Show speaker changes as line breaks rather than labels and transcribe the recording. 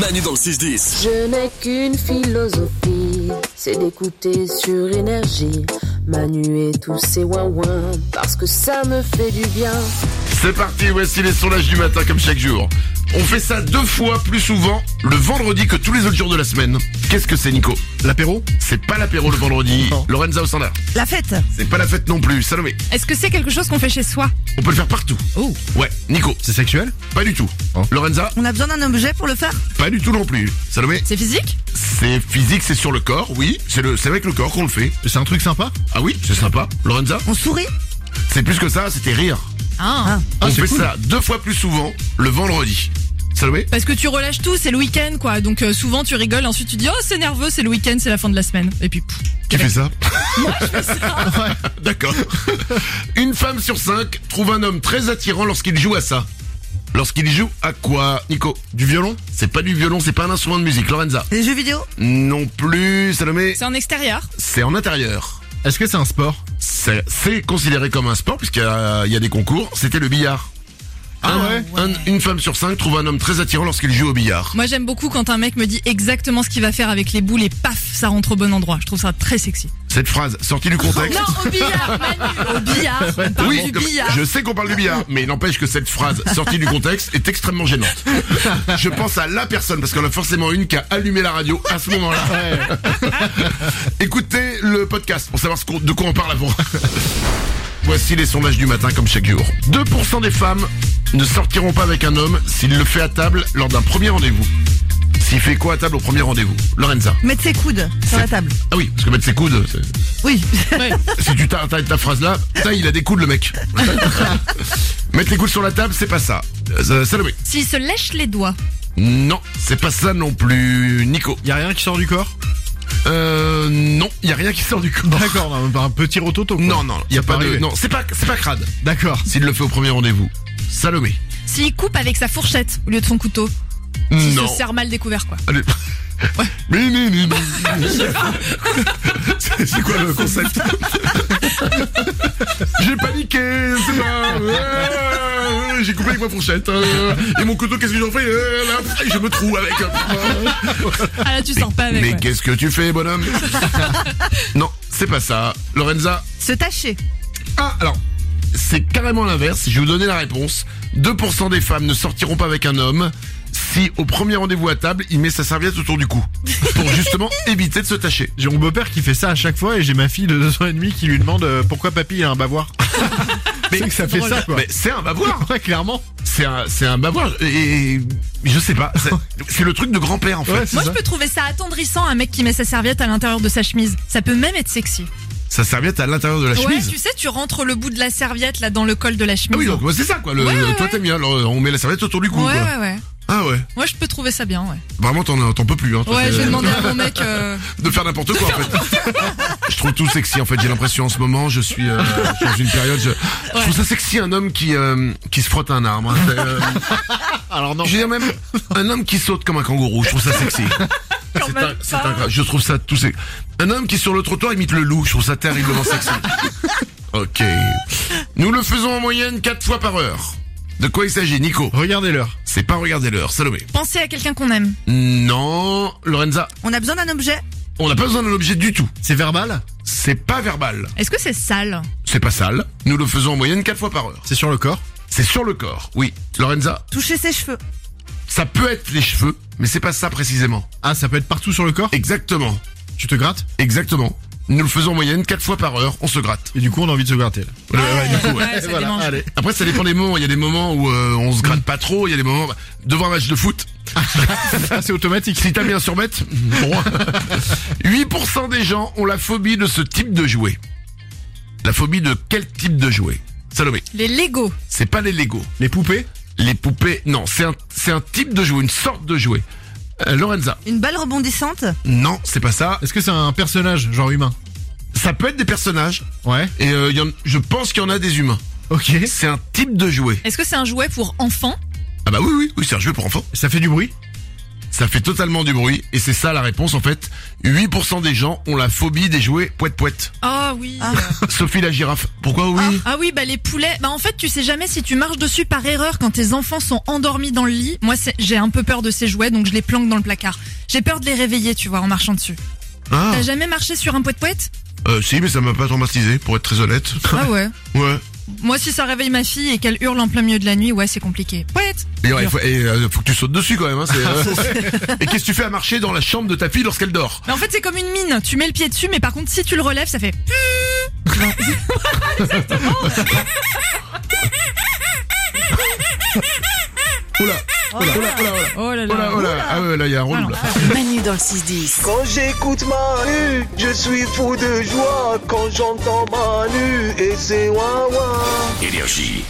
Manu dans le 6-10.
Je n'ai qu'une philosophie, c'est d'écouter sur énergie. Manu et tous ces ouin-ouin, parce que ça me fait du bien.
C'est parti, voici les sondages du matin comme chaque jour. On fait ça deux fois plus souvent le vendredi que tous les autres jours de la semaine. Qu'est-ce que c'est Nico
L'apéro
C'est pas l'apéro le vendredi.
Non.
Lorenza au standard.
La fête.
C'est pas la fête non plus. Salomé,
Est-ce que c'est quelque chose qu'on fait chez soi
on peut le faire partout.
Oh.
Ouais, Nico,
C'est sexuel
pas du tout.
Oh.
Lorenza,
On a besoin d'un objet pour le faire
pas du tout non plus. Salomé,
C'est physique
c'est physique, c'est sur le corps, oui. C'est le, c'est avec le corps qu'on le fait.
C'est un truc sympa
Ah oui, c'est sympa. Lorenza,
On sourit
c'est plus que ça, c'était rire.
Ah.
Ah,
on
c'est
fait
cool.
ça deux fois plus souvent le vendredi. Salomé,
Parce que tu relâches tout, c'est le week-end quoi. Donc euh, souvent tu rigoles, ensuite tu dis oh c'est nerveux, c'est le week-end, c'est la fin de la semaine. Et puis pff,
Qui fait ça
D'accord. Une femme sur cinq trouve un homme très attirant lorsqu'il joue à ça. Lorsqu'il joue à quoi, Nico
Du violon
C'est pas du violon, c'est pas un instrument de musique. Lorenza
Les jeux vidéo
Non plus, Salomé
c'est en extérieur.
C'est en intérieur.
Est-ce que c'est un sport
C'est c'est considéré comme un sport puisqu'il y, a il y a des concours. C'était le billard.
Ah
Un-
ouais
un- Une femme sur cinq trouve un homme très attirant lorsqu'il joue au billard.
Moi j'aime beaucoup quand un mec me dit exactement ce qu'il va faire avec les boules et paf, ça rentre au bon endroit. Je trouve ça très sexy.
Cette phrase, sortie du contexte...
Non, au billard, Manu, au billard. On parle
Oui,
du billard.
je sais qu'on parle du billard, mais il n'empêche que cette phrase sortie du contexte est extrêmement gênante. Je pense à la personne, parce qu'on a forcément une qui a allumé la radio à ce moment-là. Écoutez le podcast pour savoir ce qu'on- de quoi on parle avant. Voici les sondages du matin comme chaque jour. 2% des femmes ne sortiront pas avec un homme s'il le fait à table lors d'un premier rendez-vous. S'il fait quoi à table au premier rendez-vous Lorenza.
Mettre ses coudes sur la table.
Ah oui, parce que mettre ses coudes, c'est-
Oui.
si tu t'arrêtes ta phrase là, putain, il a des coudes le mec. Mettre les coudes sur la table, c'est pas ça. Euh, Salomé.
S'il se lèche les doigts.
Non, c'est pas ça non plus. Nico.
Y a rien qui sort du corps
Euh, non, y a rien qui sort du corps.
D'accord, non, pas un petit rototo. quoi.
Non, non, y a
C'est
pas de.
arrivé.
Non, c'est pas, c'est pas crade.
D'accord.
S'il le fait au premier rendez-vous. Salomé.
S'il coupe avec sa fourchette au lieu de son couteau. S'il
Non.
se serre mal découvert quoi.
Allez. Mais, mais, mais, mais. C'est c'est quoi le concept J'ai paniqué, c'est pas. Euh, J'ai coupé avec ma fourchette. euh, Et mon couteau, qu'est-ce que j'en fais Euh, là, Je me trouve avec. euh.
Ah là tu sors pas avec.
Mais
ouais.
qu'est-ce que tu fais, bonhomme Non, c'est pas ça. Lorenza
Se tâcher.
Ah, alors, c'est carrément l'inverse. Je vais vous donner la réponse. 2% des femmes ne sortiront pas avec un homme si, au premier rendez-vous à table, il met sa serviette autour du cou. Pour justement éviter de se tacher.
J'ai mon beau-père qui fait ça à chaque fois et j'ai ma fille de 2 ans et demi qui lui demande euh, pourquoi papy il a un bavoir. Mais que ça fait ça quoi.
Mais c'est un bavoir
Ouais, clairement.
C'est un, c'est un bavoir. Et, et- je sais pas. C'est, c'est le truc de grand-père, en fait.
Ouais, c'est
Moi je
ça.
peux trouver ça attendrissant un mec qui met sa serviette à l'intérieur de sa chemise. Ça peut même être sexy.
Sa serviette à l'intérieur de la
ouais,
chemise.
tu sais, tu rentres le bout de la serviette là dans le col de la chemise.
Ah oui, donc moi, c'est ça, quoi. Le,
Ouais,
le-
ouais,
toi,
ouais.
t'aimes bien. Alors, on met la serviette autour du cou,
ouais,
quoi.
ouais, ouais.
Ah ouais.
Moi, je peux trouver ça bien, ouais.
Vraiment, t'en, t'en peux plus, hein. Toi,
Ouais,
c'est-
je vais demander à mon mec. euh,
de faire n'importe quoi en fait. je trouve tout sexy en fait. J'ai l'impression en ce moment, je suis euh, je suis dans une période. Je, je trouve ça sexy un homme qui euh, qui se frotte un arbre. hein. C'est, euh,
Alors non.
je veux dire même un homme qui saute comme un kangourou. Je trouve ça sexy. C'est un- c'est un- je trouve ça tout sexy. Un homme qui sur le trottoir imite le loup. Je trouve ça terriblement sexy. Ok. Nous le faisons en moyenne quatre fois par heure. De quoi il s'agit, Nico
Regardez l'heure.
C'est pas regarder l'heure, Salomé.
penser à quelqu'un qu'on aime.
Non, Lorenza,
On a besoin d'un objet
on n'a pas besoin d'un objet du tout.
C'est verbal
C'est pas verbal.
Est-ce que c'est sale
C'est pas sale. Nous le faisons en moyenne 4 fois par heure.
C'est sur le corps
C'est sur le corps, oui. Lorenza,
Toucher ses cheveux.
ça peut être les cheveux, mais c'est pas ça précisément.
Ah, ça peut être partout sur le corps
Exactement.
Tu te grattes
Exactement. Nous le faisons en moyenne 4 fois par heure, on se gratte.
Et du coup, on a envie de se gratter.
Ouais,
là.
ouais, du coup, ouais.
Ouais, ça
voilà,
démange.
allez.
Après, ça dépend des moments. Il y a des moments où euh, on se gratte pas trop, il y a des moments... bah, Devant un match de foot,
Ah, c'est automatique.
si t'as bien surmètre, bon. 8% des gens ont la phobie de ce type de jouet. La phobie de quel type de jouet Salomé,
Les Lego.
c'est pas les Lego.
Les poupées
Les poupées, non, c'est un, c'est un type de jouet, une sorte de jouet. Euh, Lorenza,
Une balle rebondissante.
Non, c'est pas ça.
Est-ce que c'est un personnage, genre humain
Ça peut être des personnages.
Ouais.
Et euh, il y en- je pense qu'il y en a des humains.
Ok.
C'est un type de jouet.
Est-ce que c'est un jouet pour enfants
Ah bah oui, oui, oui, c'est un jouet pour enfants.
Ça fait du bruit
ça fait totalement du bruit et c'est ça la réponse en fait. 8% des gens ont la phobie des jouets poète poète.
Ah oui.
Ah.
Sophie la girafe. Pourquoi oui
Ah oui, bah les poulets. Bah en fait, tu sais jamais si tu marches dessus par erreur quand tes enfants sont endormis dans le lit. Moi, c'est- j'ai un peu peur de ces jouets, donc je les planque dans le placard. J'ai peur de les réveiller, tu vois, en marchant dessus.
Ah,
T'as jamais marché sur un poète-poète
euh, si mais ça m'a pas traumatisé pour être très honnête.
Ah ouais.
Ouais.
Moi, si ça réveille ma fille et qu'elle hurle en plein milieu de la nuit, ouais, c'est compliqué. Poète
Et ouais, il faut, et, euh, faut que tu sautes dessus quand même. Hein, c'est, euh, Et qu'est-ce que tu fais à marcher dans la chambre de ta fille lorsqu'elle dort
Mais en fait, c'est comme une mine. Tu mets le pied dessus, mais par contre, si tu le relèves, ça fait.
Oula, oula, oula, oula, oula.
Oh là là.
Oula, oula. Ah ouais, là il y a un
Ah
rouleau.
non.
Manu dans le 6-10.
Quand j'écoute Manu, je suis fou de joie. Quand j'entends Manu et c'est ouin ouin.
Énergie.